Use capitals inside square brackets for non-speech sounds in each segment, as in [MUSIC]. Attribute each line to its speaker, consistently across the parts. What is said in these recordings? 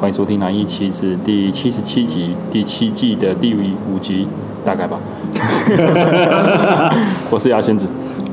Speaker 1: 欢迎收听《南一棋子》第七十七集，第七季的第五集，大
Speaker 2: [LAUGHS]
Speaker 1: 概吧。我是牙仙子，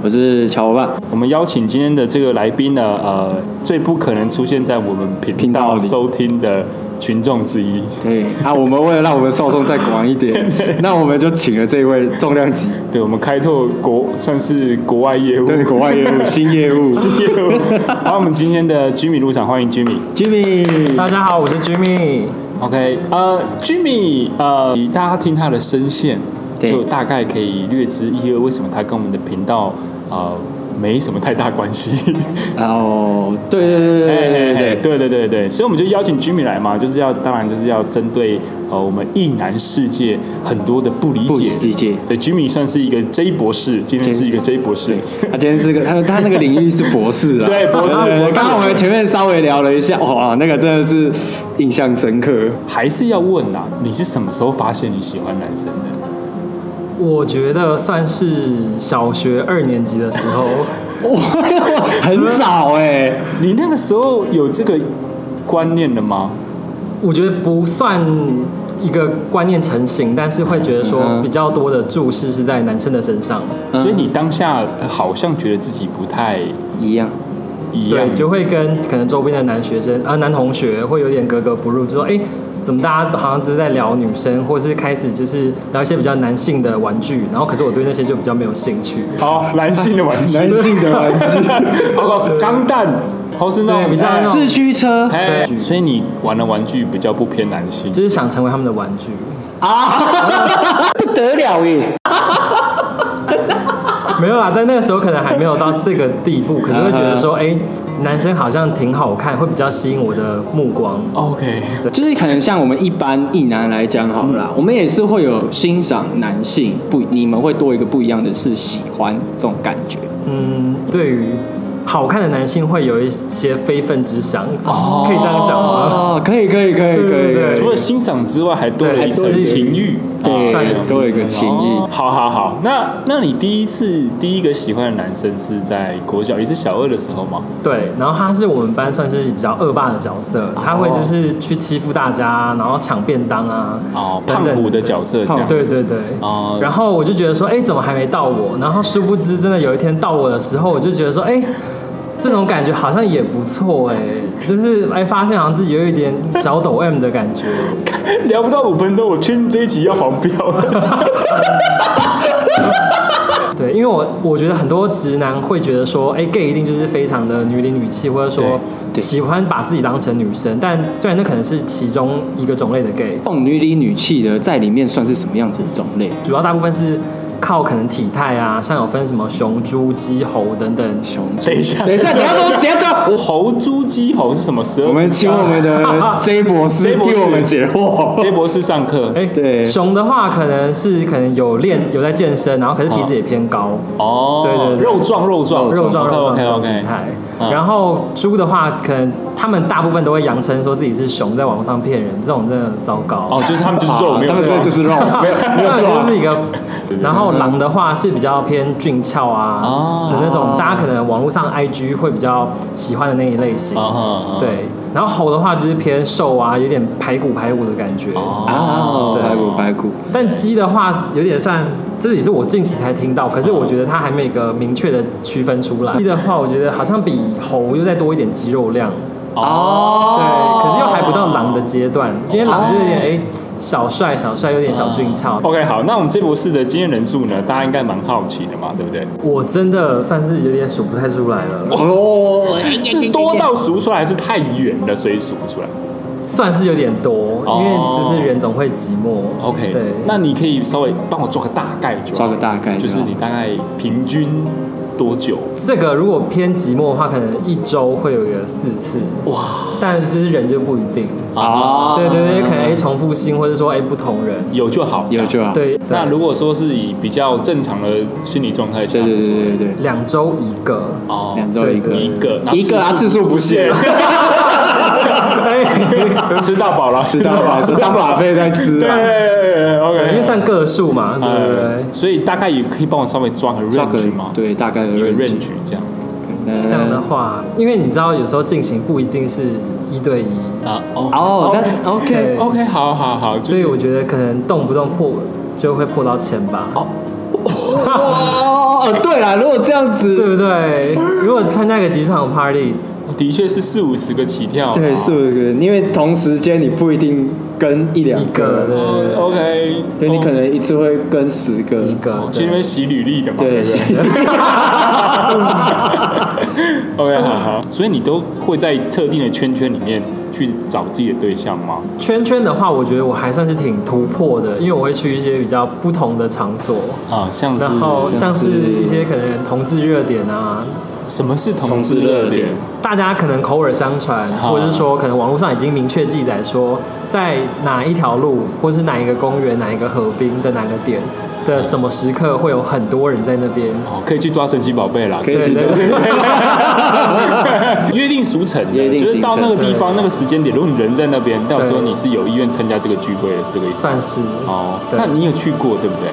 Speaker 2: 我是小伙伴，
Speaker 1: 我们邀请今天的这个来宾呢，呃，最不可能出现在我们频
Speaker 2: 频道
Speaker 1: 道
Speaker 2: 里
Speaker 1: 收听的群众之一。
Speaker 2: 对，啊，我们为了让我们受众再广一点，那我们就请了这位重量级
Speaker 1: 对，我们开拓国算是国外业务，
Speaker 2: 对国外业务新业务
Speaker 1: 业务。 [LAUGHS] 好，我们今天的 Jimmy 入场，欢迎 Jimmy。
Speaker 2: Jimmy，
Speaker 3: 大家好，我是 Jimmy。
Speaker 1: OK，呃，Jimmy，呃，大家听他的声线，
Speaker 2: 对
Speaker 1: 就大概可以略知一二，为什么他跟我们的频道呃没什么太大关系。
Speaker 2: 然后对对对
Speaker 1: 哎
Speaker 2: [LAUGHS] 对
Speaker 1: 哎哎
Speaker 2: 对
Speaker 1: 对
Speaker 2: 对
Speaker 1: 对对对，所以我们就邀请 Jimmy 来嘛，就是要当然就是要针对呃我们意男世界很多的不理
Speaker 2: 不
Speaker 1: 解。
Speaker 2: 理解
Speaker 1: 对，Jimmy 算是一个 J 博士，今天是一个 J 博士。
Speaker 2: 对，他今天是个他他那个领域是博士啊，
Speaker 1: 对
Speaker 2: [LAUGHS]
Speaker 1: 博士博士
Speaker 2: 刚刚我们前面稍微聊了一下，哇，那个真的是印象深刻，
Speaker 1: 还是要问啦，你是什么时候发现你喜欢男生的？
Speaker 3: 我觉得算是小学二年级的时
Speaker 1: [LAUGHS]
Speaker 3: 候，
Speaker 2: 哇，很早哎，
Speaker 1: 你那个时候有这个观念了吗？
Speaker 3: 我觉得不算一个观念成型，但是会觉得
Speaker 1: 嗯
Speaker 3: 说比较多的注视是在男生的身上，
Speaker 2: 嗯
Speaker 1: 所以你当下好像觉得自己不太
Speaker 2: 一样，
Speaker 1: 一样
Speaker 3: 对，，就会跟可能周边的男学生呃男同学会有点格格不入，就说哎。诶怎么大家好像都在聊女生，或是开始就是聊一些比较男性的玩具，然后可是我对那些就比较没有兴趣，
Speaker 1: 好男性的玩
Speaker 2: [LAUGHS]
Speaker 1: 具，
Speaker 2: 男性的玩具，
Speaker 1: 哦，钢弹，好是那种
Speaker 3: 对比较那种
Speaker 2: 四驱车
Speaker 1: 哎，
Speaker 3: 对
Speaker 1: 所以你玩的玩具比较不偏男性。
Speaker 3: 就是想成为他们的玩具。
Speaker 2: 不得了耶。
Speaker 3: 没有啦，在那个时候可能还没有到这个地步，可是会觉得说，哎、男生好像挺好看，会比较吸引我的目光。
Speaker 1: OK，
Speaker 2: 就是可能像我们一般一男来讲好了啦，我们也是会有欣赏男性不，你们会多一个不一样的是喜欢这种感觉。
Speaker 3: 嗯，对于好看的男性会有一些非分之想，可以这样讲吗？
Speaker 2: 哦，可以可以可以可以，可以
Speaker 1: 除了欣赏之外，还多了一层
Speaker 2: 对还多了一层
Speaker 1: 情欲。
Speaker 2: 对，
Speaker 3: 算
Speaker 2: 对
Speaker 3: 是
Speaker 2: 多一个情
Speaker 1: 哦
Speaker 2: 谊。
Speaker 1: 好好好，那那你第一次第一个喜欢的男生是在国小，也是小二的时候吗？ [LAUGHS]
Speaker 3: 对，然后他是我们班算是比较恶霸的角色，他会就是去欺负大家，然后抢便当啊，
Speaker 1: 哦，
Speaker 3: 等
Speaker 1: 胖
Speaker 3: 等
Speaker 1: 虎的角色这
Speaker 3: 胖
Speaker 1: 样。
Speaker 3: 对对对，
Speaker 1: 哦
Speaker 3: 然后我就觉得说，哎、怎么还没到我？然后殊不知，真的有一天到我的时候，我就觉得说，哎、这种感觉好像也不错哎、就是哎、发现好像自己有一点小抖 M 的感觉。
Speaker 1: 聊不到五分钟，我确定这一集要黄标
Speaker 2: [LAUGHS]
Speaker 1: 了。
Speaker 3: 对，因为我我觉得很多直男会觉得说，哎、g a y 一定就是非常的女里女气，或者说
Speaker 2: 对
Speaker 3: 喜欢把自己当成女生，但虽然那可能是其中一个种类的 gay，
Speaker 2: 这种女里女气的在里面算是什么样子的种类？
Speaker 3: 主要大部分是靠可能体态啊，像有分什么雄猪、鸡、猴等等。
Speaker 2: 熊族
Speaker 1: 等一下，
Speaker 2: 等一下，等一下，等一下等一下，我
Speaker 1: 猴猪鸡猴是什么？十二
Speaker 2: 我们请我们 [LAUGHS] 的 J 博
Speaker 1: J
Speaker 2: 士
Speaker 1: 博士
Speaker 2: 替我们解惑。
Speaker 1: J 博士上课。
Speaker 3: 哎，
Speaker 2: 对
Speaker 3: 熊的话可能是可能有练有在健身，然后可是体脂也偏高，
Speaker 1: 哦，
Speaker 3: 对对对
Speaker 1: 肉壮肉壮
Speaker 2: 哦
Speaker 3: 肉壮肉壮
Speaker 1: ，OK
Speaker 3: 这种
Speaker 1: OK
Speaker 3: 体态。
Speaker 1: 嗯
Speaker 3: 然后猪的话，可能他们大部分都会扬称说自己是熊，在网络上骗人，这种真的很糟糕。
Speaker 1: 哦，就是他们就是肉，没有
Speaker 2: 他们这
Speaker 1: 壮，
Speaker 2: 啊就是肉，没
Speaker 3: [LAUGHS]
Speaker 2: 有没有
Speaker 3: 那
Speaker 2: 撞啊 [LAUGHS]
Speaker 3: 就是一个，然后狼的话是比较偏俊俏啊
Speaker 1: 哦
Speaker 3: 的那种，大家可能网络上 IG 会比较喜欢的那一类型。
Speaker 2: 哦
Speaker 1: 啊，对，
Speaker 3: 对，然后猴的话就是偏瘦啊，有点排骨排骨的感觉。
Speaker 2: 啊！
Speaker 3: 对
Speaker 2: 白骨白骨，
Speaker 3: 但鸡的话有点算，这也是我近期才听到，可是我觉得它还没有一个明确的区分出来。鸡的话，我觉得好像比猴又再多一点肌肉量，对，
Speaker 1: 哦
Speaker 3: 可是又还不到狼的阶段，因为狼就是有点哎、小帅小帅，有点小俊俏。
Speaker 1: OK，好，那我们这博士的经验人数呢？大家应该蛮好奇的嘛，对不对？
Speaker 3: 我真的算是有点数不太出来了，
Speaker 2: 哦，
Speaker 1: 是多到数不出来，还是太远了，所以数不出来
Speaker 3: 算是有点多，因为
Speaker 1: 哦
Speaker 3: 就是人总会寂寞。
Speaker 1: ？OK，
Speaker 3: 对，
Speaker 1: 那你可以稍微帮我做个大概就好，
Speaker 2: 抓个大概就好
Speaker 1: 就是你大概平均多久？
Speaker 3: 这个如果偏寂寞的话，可能一周会有个四次，
Speaker 1: 哇
Speaker 3: 但就是人就不一定。
Speaker 1: 哦
Speaker 2: 啊
Speaker 3: 对对对，可能哎重复性，或者说哎不同人。
Speaker 1: 有就好，
Speaker 2: 有就好。
Speaker 3: 对，
Speaker 1: 哦那
Speaker 3: 对
Speaker 1: 如果说是以比较正常的心理状态下，
Speaker 2: 对对对对对
Speaker 1: 对，
Speaker 2: 对，
Speaker 3: 两周一个，
Speaker 1: [LAUGHS] 哦，
Speaker 2: 两周一个，
Speaker 1: 一个，
Speaker 2: 一个啊，次数不限，
Speaker 1: 吃到饱了，吃
Speaker 2: 知道吧？知道吧？被在吃
Speaker 1: 对
Speaker 2: 啊，
Speaker 3: 因为
Speaker 1: ，OK，
Speaker 3: 算个数嘛，
Speaker 1: 哎
Speaker 3: 对不对
Speaker 1: 呃，？所以大概也可以帮我稍微抓个
Speaker 2: 抓个
Speaker 1: range 吗？，
Speaker 2: 对大概的
Speaker 1: 一个
Speaker 2: range，
Speaker 1: range 这样。
Speaker 2: 大
Speaker 3: 这样的话，因为你知道有时候进行不一定是一对一，
Speaker 1: 啊哦
Speaker 2: 哦，但
Speaker 3: OK
Speaker 2: OK，
Speaker 1: OK，好好好，就
Speaker 3: 所以我觉得可能动不动破就会破到钱吧，
Speaker 2: 哦，对啦，如果这样
Speaker 3: 对
Speaker 2: 子，
Speaker 3: 不对？如果参加个几场 party，
Speaker 1: 的确是四五十个起跳，
Speaker 2: 对，是不是？因为同时间你不一定跟一两
Speaker 3: 一个
Speaker 2: 个，
Speaker 1: 哦 OK，
Speaker 2: 所以你可能一次会跟十
Speaker 3: 一
Speaker 2: 个，
Speaker 3: 个
Speaker 1: 去那边洗履历的嘛，
Speaker 2: 对
Speaker 1: 对不对？OK，好好，所以你都会在特定的圈圈里面去找自己的对象吗？
Speaker 3: 圈圈的话，我觉得我还算是挺突破的，因为我会去一些比较不同的场所，
Speaker 1: 啊，像是
Speaker 3: 然后像
Speaker 2: 像
Speaker 3: 是
Speaker 2: 是
Speaker 3: 一些可能同志热点啊，
Speaker 1: 什么是同志热点？
Speaker 3: 大家可能口耳相传，
Speaker 1: 啊
Speaker 3: 或者是说可能网络上已经明确记载说，在哪一条路，或是哪一个公园、哪一个河滨的哪个点的什么时刻，会有很多人在那边。
Speaker 1: 哦，可以去抓神奇宝贝啦，
Speaker 2: 可以 [LAUGHS] 去
Speaker 3: 对
Speaker 2: 这
Speaker 1: 约定俗成的，
Speaker 2: 约定
Speaker 1: 就是
Speaker 2: 俗
Speaker 1: 到那
Speaker 2: 成
Speaker 1: 个地方
Speaker 3: 对
Speaker 1: 那个时间点，如果你人在那边，到时候
Speaker 3: 对
Speaker 1: 你是有意愿参加这个聚会的，是这个意思。
Speaker 3: 算是
Speaker 1: 哦，
Speaker 3: 对
Speaker 1: 那你有去过对不对？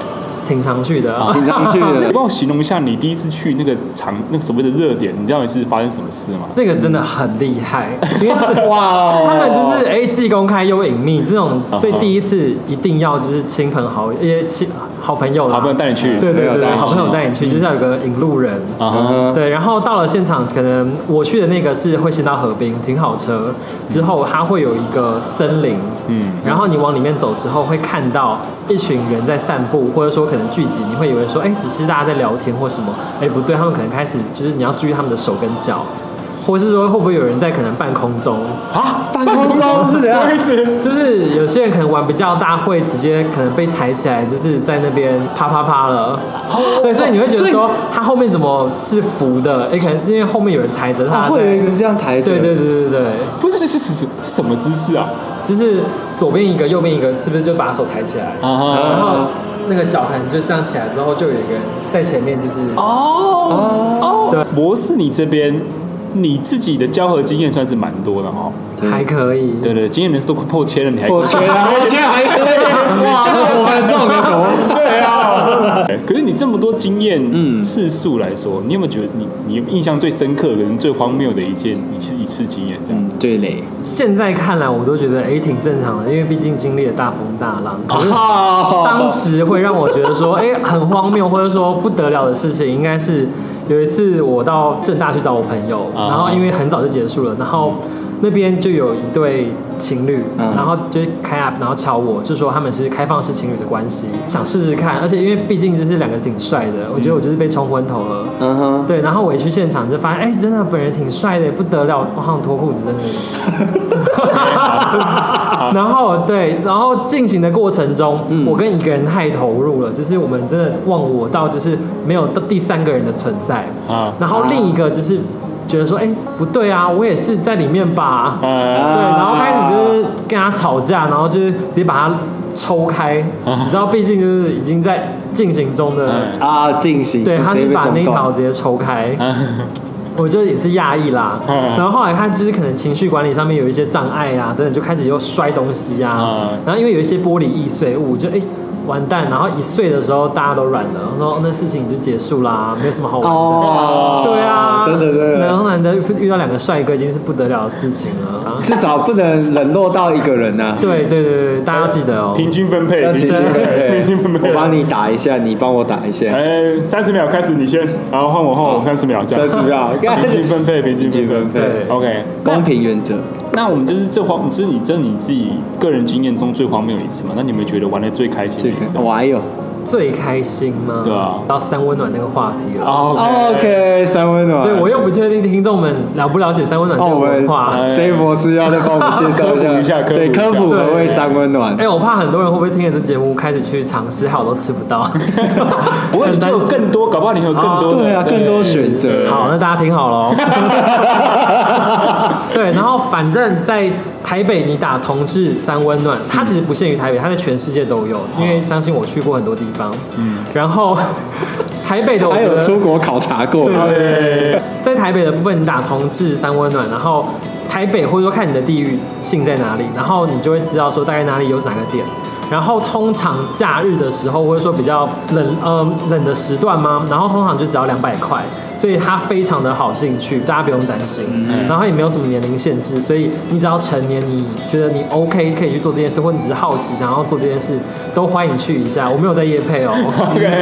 Speaker 3: 挺常去的。
Speaker 2: 挺常去
Speaker 1: 那
Speaker 2: 的
Speaker 1: 你。帮我形容一下你第一次去那个场，那个所谓的热点，你到底是发生什么事吗？
Speaker 3: 这个真的很厉害，因为
Speaker 2: 哇哦
Speaker 3: 他们就是哎、既公开又隐秘这种，
Speaker 1: 嗯
Speaker 3: 所以第一次一定要就是亲朋好友，一些亲好朋友啦，
Speaker 1: 好朋友带你去，
Speaker 3: 对对对对，
Speaker 2: 好
Speaker 3: 好
Speaker 2: 朋
Speaker 3: 朋友
Speaker 1: 你
Speaker 3: 带你去，就是要有个引路人。
Speaker 1: 去啊哈，
Speaker 2: 嗯
Speaker 3: 对，然后到了现场，可能我去的那个是会先到河滨停好车，之后它会有一个森林，
Speaker 1: 嗯，
Speaker 3: 然后你往里面走之后会看到一群人在散步，或者说可能聚集，你会以为说，哎，只是大家在聊天或什么，哎，不对，他们可能开始就是你要注意他们的手跟脚，或是说会不会有人在可能半空中，
Speaker 1: 啊，
Speaker 2: 半空中是怎
Speaker 1: 什
Speaker 2: 样
Speaker 1: 么意思？
Speaker 3: 就是有些人可能玩比较大，会直接可能被抬起来，就是在那边啪啪啪了。对，所以你会觉得说他后面怎么是浮的？哎，可能是因为后面有人抬着他
Speaker 2: 啊，
Speaker 3: 在。
Speaker 2: 会有一个这样抬着，
Speaker 3: 对对对对对，
Speaker 1: 不是，这是是是是什么姿势啊？
Speaker 3: 就是左边一个，右边一个，是不是就把手抬起来？
Speaker 2: 呃
Speaker 1: 啊哈，
Speaker 3: 然后那个脚可能就这样起来之后，就有一个人在前面，就是
Speaker 1: 哦
Speaker 3: 对
Speaker 1: 哦，博士，你这边你自己的交合经验算是蛮多的哈。
Speaker 3: 还可以。
Speaker 1: 对
Speaker 2: 嗯
Speaker 1: 对，经验人数都快破千了，你还
Speaker 2: 我天啊，我天啊还可以，哇，我们这种有什么？对啊，
Speaker 1: [LAUGHS] 可是你这么多经验
Speaker 2: 嗯
Speaker 1: 次数来说，你有没有觉得你你印象最深刻，可能最荒谬的一件一次一次经验这样？
Speaker 2: 嗯，对嘞，
Speaker 3: 现在看来，我都觉得哎挺正常的，因为毕竟经历了大风大浪。可是
Speaker 2: 好
Speaker 3: 当时会让我觉得说，哎、很荒谬，或者说不得了的事情，应该是有一次我到正大去找我朋友，
Speaker 1: 啊
Speaker 3: 然后因为很早就结束了，然后那边就有一对情侣，
Speaker 2: 嗯
Speaker 3: 然后就开 up，然后敲我，就说他们是开放式情侣的关系，想试试看，而且因为毕竟就是两个挺帅的，我觉得我就是被冲昏头了。
Speaker 2: 嗯哼，
Speaker 3: 对，然后我一去现场就发现，哎、真的本人挺帅的，不得了，我好想脱裤子，真
Speaker 2: [LAUGHS]
Speaker 3: 的。然后对，然后进行的过程中，
Speaker 2: 嗯
Speaker 3: 我跟一个人太投入了，就是我们真的忘我到就是没有到第三个人的存在。
Speaker 1: 啊
Speaker 3: 然后另一个就是觉得说，哎、不对啊，我也是在里面
Speaker 2: 啊
Speaker 3: 吧。
Speaker 1: 呃，
Speaker 3: 对，然后开始就是跟他吵架，然后就是直接把他抽开，你知道，毕竟就是已经在进行中的。
Speaker 1: 嗯
Speaker 2: 啊，进行，
Speaker 3: 对，他
Speaker 2: 直接
Speaker 3: 是
Speaker 2: 被
Speaker 3: 把那
Speaker 2: 中
Speaker 3: 条
Speaker 2: 断，啊
Speaker 3: 直接抽开，
Speaker 1: 啊
Speaker 3: 我就也是讶异啦。
Speaker 2: 哦
Speaker 1: 嗯
Speaker 3: 然后后来他就是可能情绪管理上面有一些障碍啊，等等，就开始又摔东西
Speaker 2: 哦
Speaker 3: 啊
Speaker 1: 嗯。
Speaker 3: 然后因为有一些玻璃易碎物，就哎、完蛋，然后一碎的时候大家都软了，说哦那事情就结束啦，没有什么好玩的。
Speaker 2: 哦
Speaker 3: 对啊，
Speaker 2: 真的真
Speaker 3: 然
Speaker 2: 的，
Speaker 3: 后难得遇到两个帅哥已经是不得了的事情了。
Speaker 2: 至少不能冷落到一个人呐。
Speaker 3: 对对对对，大家要记得
Speaker 1: [LAUGHS]
Speaker 3: 哦。
Speaker 1: 平均分配，
Speaker 2: 要
Speaker 1: 平
Speaker 2: 平
Speaker 1: 均
Speaker 2: 均
Speaker 1: 分
Speaker 2: 分
Speaker 1: 配，平均分
Speaker 2: 配，我帮
Speaker 1: 配。
Speaker 2: 你打一下，你帮我打一下，
Speaker 1: 哎，三十秒开始，你先，然后换我，换我三十秒这
Speaker 2: 三
Speaker 1: 样。
Speaker 2: 十秒，
Speaker 1: [LAUGHS] 平均分
Speaker 2: [LAUGHS]
Speaker 1: 配，平
Speaker 2: 平
Speaker 1: 均
Speaker 2: 均
Speaker 1: 分
Speaker 2: 分
Speaker 1: 配。
Speaker 2: 配，
Speaker 3: 对
Speaker 1: OK，
Speaker 2: 公平原则。
Speaker 1: 那我们就是这荒，这是你这是你自己个人经验中最荒谬的一次嘛？那你有没有觉得玩的最开心的一次？
Speaker 2: 我还有
Speaker 3: 最开心吗？
Speaker 1: 对啊
Speaker 3: 到三温暖那个话题了。
Speaker 1: 哦
Speaker 2: ，OK，三温暖。
Speaker 3: 对，我又不确定听众们了不了解三温暖这
Speaker 2: 哦，
Speaker 3: 个
Speaker 2: 我
Speaker 3: 文
Speaker 2: 们 [LAUGHS]
Speaker 3: 化。
Speaker 1: 哎
Speaker 2: J 博士要再帮我们介绍
Speaker 1: 科普一下科普
Speaker 2: 对，
Speaker 1: 一下
Speaker 2: 科普
Speaker 3: 对
Speaker 2: 何谓三温暖
Speaker 3: 哎、？我怕很多人会不会听了这节目开始去尝试，好都吃不到。
Speaker 1: [LAUGHS] 不过你就有更多，搞不好你有更多的，
Speaker 3: 哦
Speaker 2: 对啊，更多选择。
Speaker 3: 好，那大家听
Speaker 1: [LAUGHS]
Speaker 3: 好喽。对，然后反正，在台北你打同志三温暖，它其实不限于台北，它在全世界都有，因为相信我去过很多地方。嗯，然后 [LAUGHS] 台北的我
Speaker 2: 还
Speaker 3: 觉
Speaker 2: 有
Speaker 3: 得
Speaker 2: 出国考察过，
Speaker 3: 在台北的部分，你打同志三温暖，然后台北或者说看你的地域性在哪里，然后你就会知道说大概哪里有哪个点。然后通常假日的时候，或者说比较冷呃冷的时段吗？然后通常就只要两百块，所以它非常的好进去，大家不用担心。然后也没有什么年龄限制，所以你只要成年，你觉得你 OK 可以去做这件事，或者你只是好奇想要做这件事，都欢迎去一下。我没有在夜配哦，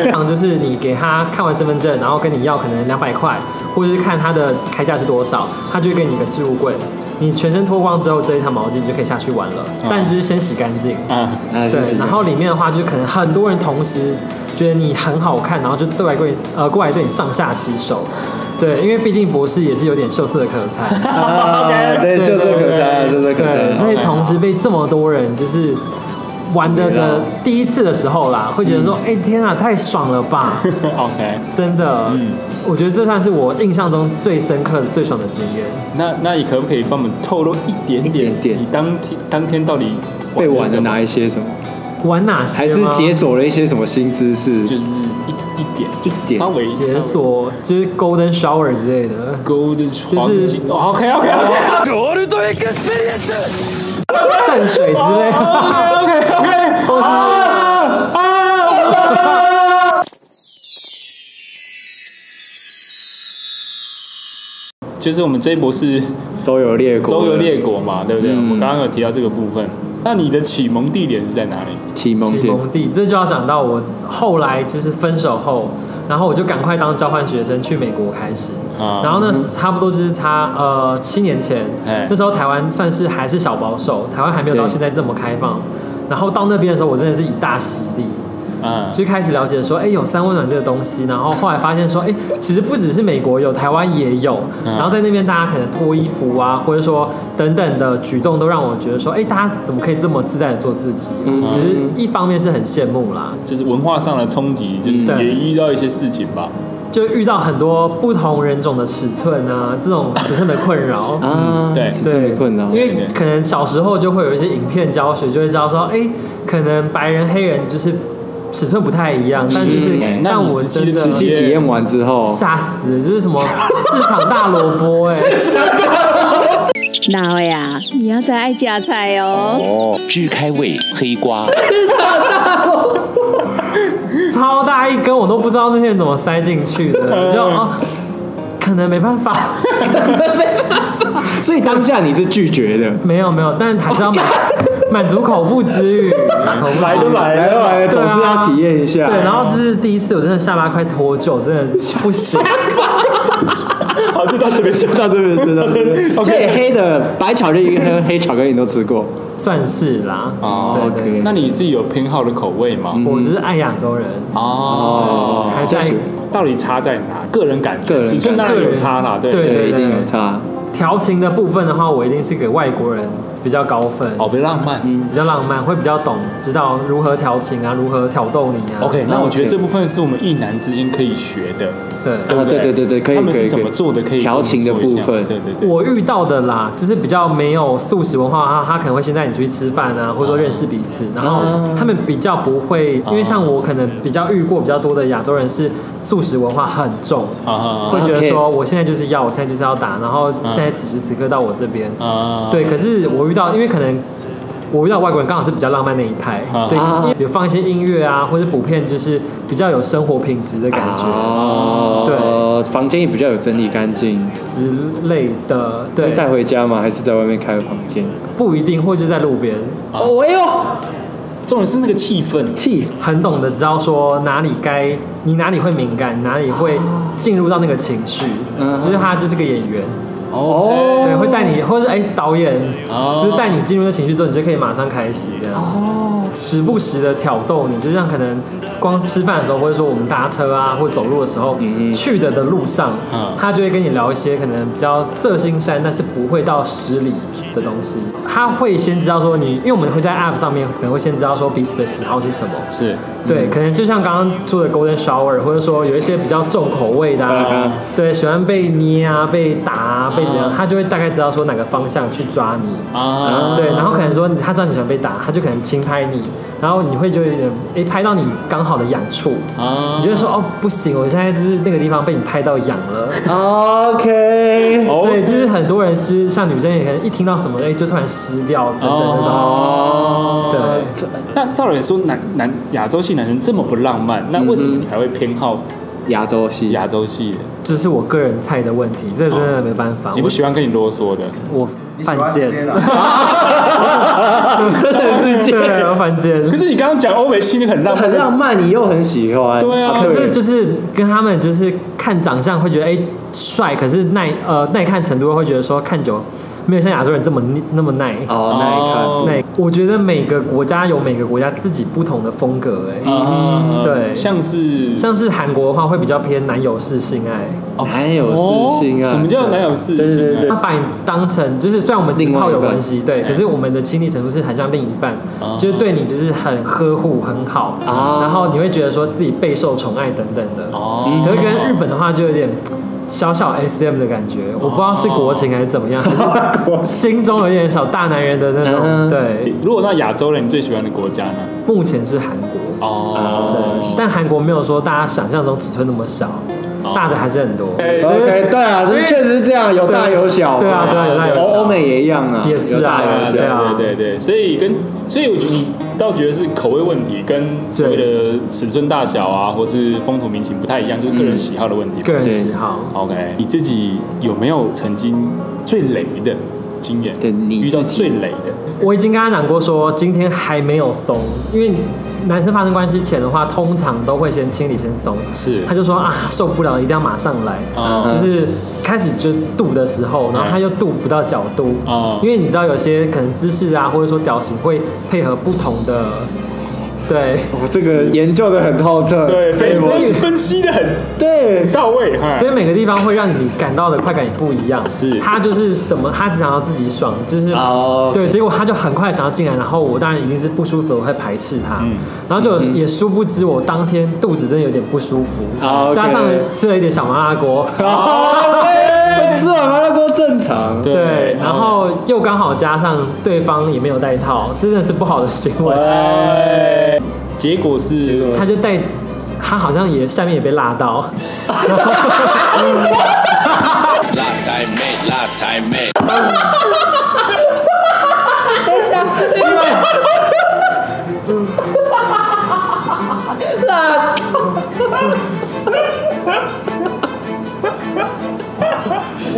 Speaker 3: 通常就是你给他看完身份证，然后跟你要可能两百块，或者是看他的开价是多少，他就会给你一个置物柜。你全身脱光之后，这一条毛巾你就可以下去玩了，但就是先洗干净。
Speaker 1: 啊， [LAUGHS]
Speaker 2: 啊，谢
Speaker 3: 对
Speaker 2: 谢，
Speaker 3: 然后里面的话，就可能很多人同时觉得你很好看，然后就对来对呃过来对你上下其手。对，因为毕竟博士也是有点秀色可餐，
Speaker 2: 啊，对，秀色可餐，秀色可餐。
Speaker 3: 对，所以同时被这么多人就是玩的的第一次的时候啦，会觉得说，哎、天啊，太爽了吧！ [LAUGHS]
Speaker 1: OK，
Speaker 3: 真的，
Speaker 1: 嗯
Speaker 3: 我觉得这算是我印象中最深刻的、最爽的经验。
Speaker 1: 那那你可不可以帮我们透露一点
Speaker 2: 一点点
Speaker 1: 你当天当天到底
Speaker 2: 被玩
Speaker 1: 什
Speaker 2: 的
Speaker 1: 么
Speaker 2: 哪一些什么？
Speaker 3: 玩哪些
Speaker 2: 还是
Speaker 3: 吗
Speaker 2: 解锁了一些什么新知识？
Speaker 1: 就是一一点，就
Speaker 2: 点
Speaker 1: 稍微
Speaker 3: 解锁，就是 Golden Shower 之类 [LAUGHS] 的。
Speaker 1: 勾的黄金。
Speaker 3: 就是
Speaker 1: OK OK OK
Speaker 2: [LAUGHS]
Speaker 3: 圣水之类的。
Speaker 1: OK OK，就是我们这一波是
Speaker 2: 周游列国，
Speaker 1: 周游列国嘛，对不对？
Speaker 2: 嗯
Speaker 1: 我刚刚有提到这个部分。那你的启蒙地点是在哪里？
Speaker 2: 启蒙
Speaker 3: 启
Speaker 2: 点，
Speaker 3: 蒙地，这就要讲到我后来就是分手后，然后我就赶快当交换学生去美国开始。
Speaker 1: 啊
Speaker 3: 然后呢，差不多就是差呃七年前
Speaker 1: 哎，
Speaker 3: 那时候台湾算是还是小保守，台湾还没有到
Speaker 2: 对
Speaker 3: 现在这么开放。然后到那边的时候，我真的是以大实力，
Speaker 1: 啊，
Speaker 3: 就开始了解说，哎、有三温暖这个东西，然后后来发现说，哎、其实不只是美国有，台湾也有。
Speaker 1: 嗯
Speaker 3: 然后在那边，大家可能脱衣服啊，或者说等等的举动，都让我觉得说，哎、大家怎么可以这么自在的做自己？
Speaker 1: 嗯
Speaker 3: 其实一方面是很羡慕啦，
Speaker 1: 就是文化上的冲击，就是
Speaker 3: 嗯
Speaker 1: 也遇到一些事情吧。
Speaker 3: 就遇到很多不同人种的尺寸啊，这种尺寸的困
Speaker 1: [LAUGHS]
Speaker 3: 扰。
Speaker 2: 啊，
Speaker 1: 对
Speaker 2: 是这么困扰，
Speaker 3: 因为可能小时候就会有一些影片教学，就会知道说，哎、可能白人、黑人就是尺寸不太一样，但就是
Speaker 2: 嗯
Speaker 1: 哎，那
Speaker 3: 但
Speaker 1: 你
Speaker 3: 我
Speaker 1: 实际
Speaker 3: 真
Speaker 1: 的
Speaker 3: 的
Speaker 2: 实际体验完之
Speaker 1: 哦
Speaker 2: 后，
Speaker 3: 吓死！就是什么市场大萝卜哎、
Speaker 1: [LAUGHS]
Speaker 4: 哪位啊？你要在爱加菜哦。
Speaker 5: 支开胃黑瓜。
Speaker 3: 超大一根，我都不知道那些人怎么塞进
Speaker 1: [LAUGHS]
Speaker 3: 去的，就哦，可能没办法， [LAUGHS]
Speaker 2: 所以当下你是拒绝的，
Speaker 3: 没有没有，但还是要满
Speaker 1: [LAUGHS]
Speaker 3: 满足口腹之欲，口腹之欲
Speaker 2: 都来了，来都来了，
Speaker 3: 对
Speaker 2: 总
Speaker 3: 啊
Speaker 2: 是要体验一下。
Speaker 3: 对，然后这是第一次，我真的下巴快脱臼，真的不
Speaker 1: [LAUGHS]
Speaker 3: 行。
Speaker 2: 好，就到这边，就到这边，就到这 [LAUGHS] 边。所以黑的白巧克力和黑巧克力你都吃过，
Speaker 3: 算是啦。
Speaker 1: 哦
Speaker 3: 对对
Speaker 2: OK
Speaker 1: 那你自己有偏好的口味吗？
Speaker 2: 嗯
Speaker 3: 我就是爱亚洲人，
Speaker 1: 哦，
Speaker 3: 还是爱
Speaker 1: 到底差在哪？个人感
Speaker 2: 个
Speaker 1: 觉，
Speaker 2: 人
Speaker 1: 尺寸当然
Speaker 3: 感觉
Speaker 1: 有差啦，对
Speaker 3: 对
Speaker 2: 对，一定有差。
Speaker 3: 调情的部分的话，我一定是给外国人比较高分。
Speaker 1: 哦，别浪漫。
Speaker 2: 嗯
Speaker 3: 比较浪漫，会比较懂知道如何调情啊，如何挑逗你啊。
Speaker 1: OK，那我觉得
Speaker 2: OK
Speaker 1: 这部分是我们一男之间可以学的，
Speaker 3: 对，
Speaker 1: 对不
Speaker 2: 啊对对对对可以
Speaker 1: 他们
Speaker 2: 可
Speaker 1: 是
Speaker 2: 以
Speaker 1: 怎么
Speaker 2: 可以
Speaker 1: 做的？可以
Speaker 2: 调情的
Speaker 1: 跟我们说一
Speaker 2: 部分
Speaker 1: 下对对对。
Speaker 3: 我遇到的啦，就是比较没有素食文化，他他可能会先带你出去吃饭
Speaker 1: 哦
Speaker 3: 啊，或者说认识彼此，然后
Speaker 1: 啊
Speaker 3: 他们比较不会，
Speaker 1: 哦
Speaker 3: 因为像我可能比较遇过比较多的亚洲人是素食文化很重。
Speaker 1: 啊
Speaker 3: 会觉得说，我现在就是要，我现在就是要打，然后现在此时此刻到我这边，
Speaker 1: 啊啊！
Speaker 3: 对，可是我遇到，因为可能我遇到外国人刚好是比较浪漫那一派，
Speaker 1: 啊
Speaker 3: 对，因为有放一些音乐啊，或者普遍就是比较有生活品质的感
Speaker 2: 啊
Speaker 3: 觉
Speaker 2: 哦，对，房间也比较有整理干净，
Speaker 3: 之类的，对，
Speaker 2: 带回家吗？还是在外面开个房间？
Speaker 3: 不一定，或者就在路边，
Speaker 2: 哦，哎呦，
Speaker 1: 重点是那个气氛，
Speaker 2: 气
Speaker 3: 很懂得知道说哪里该，你哪里会敏感，哪里会进入到那个情绪，
Speaker 2: 嗯
Speaker 3: 其实他就是个演员。
Speaker 1: 哦，
Speaker 3: 对，会带你，或者是哎、导演，
Speaker 1: 哦
Speaker 3: 就是带你进入那情绪之后，你就可以马上开始这样。哦，时不时的挑逗你，就像可能光吃饭的时候，或者说我们搭车啊，或走路的时候，去的的路上，
Speaker 1: 嗯
Speaker 3: 他就会跟你聊一些可能比较色心山，但是不会到失礼的东西。他会先知道说你，因为我们会在 App 上面可能会先知道说彼此的喜好是什么。
Speaker 1: 是
Speaker 3: 对，可能就像刚刚说的 golden shower，或者说有一些比较重口味的、啊
Speaker 2: 嗯，
Speaker 3: 对，喜欢被捏啊、被打啊、被怎样，他就会大概知道说哪个方向去抓你。
Speaker 1: 啊，
Speaker 3: 对，然后可能说他知道你喜欢被打，他就可能轻拍你，然后你会就有点诶拍到你刚好的痒处，
Speaker 1: 啊
Speaker 3: 你就会说哦不行，我现在就是那个地方被你拍到痒了。
Speaker 2: ，OK，
Speaker 1: 哦
Speaker 3: 对，就是很多人就是像女生也可能一听到什么哎就突然湿掉等等那种。
Speaker 1: 哦，
Speaker 3: 对
Speaker 2: 嗯
Speaker 1: 那照理说，男男亚洲系男生这么不浪漫，那为什么你还会偏好
Speaker 2: 亚洲系，
Speaker 1: 亚洲系的，
Speaker 2: 嗯
Speaker 3: 这是我个人菜的问题，这真的没办法。
Speaker 1: 你不喜欢跟你啰嗦的，
Speaker 3: 我我犯贱，
Speaker 2: [LAUGHS] 真的是这
Speaker 3: 对，我
Speaker 2: 样，
Speaker 3: 犯贱。
Speaker 1: 可是你刚刚讲欧美系，你很浪漫
Speaker 2: 很
Speaker 1: 的，
Speaker 2: 浪漫，你又很喜欢，
Speaker 1: 对啊
Speaker 3: 可是
Speaker 2: 对，
Speaker 3: 就是跟他们就是看长相会觉得哎帅，可是耐呃耐看程度会觉得说看久没有像亚洲人这么那么耐。
Speaker 2: 哦，那一看。
Speaker 1: 哦
Speaker 3: 耐，我觉得每个国家有每个国家自己不同的风格哎、
Speaker 2: 嗯
Speaker 1: 啊
Speaker 3: 对
Speaker 1: 像是哦
Speaker 3: 像是韩国的话会比较偏男友式性爱，
Speaker 2: 男友是性爱
Speaker 1: 哦什么叫男友是
Speaker 2: 对对对
Speaker 1: 性
Speaker 2: 对
Speaker 1: 爱？
Speaker 3: 他把你当成就是虽然我们只是炮友关系，对，
Speaker 1: 半哎
Speaker 3: 可是我们的亲密程度是很像另一半，
Speaker 1: 哦
Speaker 3: 就是对你就是很呵护很好，
Speaker 2: 哦
Speaker 3: 然后你会觉得说自己备受宠爱等等的。
Speaker 1: 啊哦
Speaker 3: 可是跟日本的话就有点小小 S M 的感觉，我不知道是国情还是怎么样，
Speaker 1: 哦 [LAUGHS]
Speaker 3: 可是心中有点小大男人的那
Speaker 2: 嗯哼
Speaker 3: 种。对，
Speaker 1: 如果那亚洲人，你最喜欢的国家呢？
Speaker 3: 目前是韩国，
Speaker 1: 哦，哦
Speaker 3: 但韩国没有说大家想象中尺寸那么小，大的还是很多。
Speaker 1: 哎
Speaker 2: OK，对啊，这确实是这样，有大有小嘛。
Speaker 3: 对啊，对啊，有大有
Speaker 2: 欧
Speaker 3: 小。
Speaker 2: 欧
Speaker 1: 哦
Speaker 2: 美也一样啊，
Speaker 3: 也是啊
Speaker 2: 有大有小
Speaker 3: 对啊
Speaker 1: 对对对，所以跟所以我觉得你倒觉得是口味问题，跟所谓的尺寸大小啊，或是风土民情不太一样，就是个人喜好的问题。
Speaker 3: 个人喜好，
Speaker 1: OK，你自己有没有曾经最雷的经验？
Speaker 2: 对你
Speaker 1: 遇到
Speaker 2: 自己
Speaker 1: 最雷的，
Speaker 3: 我已经跟他讲过说今天还没有松，因为男生发生关系前的话，通常都会先清理先松。
Speaker 1: 是
Speaker 3: 他就说啊，受不了，一定要马上来。
Speaker 1: 哦
Speaker 3: 就是开始就度的时候，然后他
Speaker 1: 嗯
Speaker 3: 又度不到角度，
Speaker 1: 哦
Speaker 3: 因为你知道有些可能姿势啊，或者说表情会配合不同的，对，
Speaker 2: 我这个研究的很透彻，
Speaker 1: 对，
Speaker 2: 佩服
Speaker 1: 分分析的很
Speaker 2: 对，
Speaker 1: 到位，哈
Speaker 3: 所以每个地方会让你感到的快感也不一样。
Speaker 1: 是啊
Speaker 3: 他就是什么，他只想要自己爽，就是、
Speaker 2: 哦
Speaker 3: 对，结果他就很快想要进来，然后我当然一定是不舒服，我会排斥他，
Speaker 1: 嗯
Speaker 3: 然后就也殊不知我当天肚子真的有点不舒服，
Speaker 1: 啊
Speaker 2: 哦，OK
Speaker 3: 加上吃了一点小麻辣锅。
Speaker 2: 哦，哎吃完麻辣锅正常，
Speaker 3: 对，然后又刚好加上对方也没有带套，这真的是不好的行为。
Speaker 1: 哎，结果是
Speaker 2: 果
Speaker 3: 他就带，他好像也下面也被辣到，
Speaker 5: 辣仔妹，辣仔妹，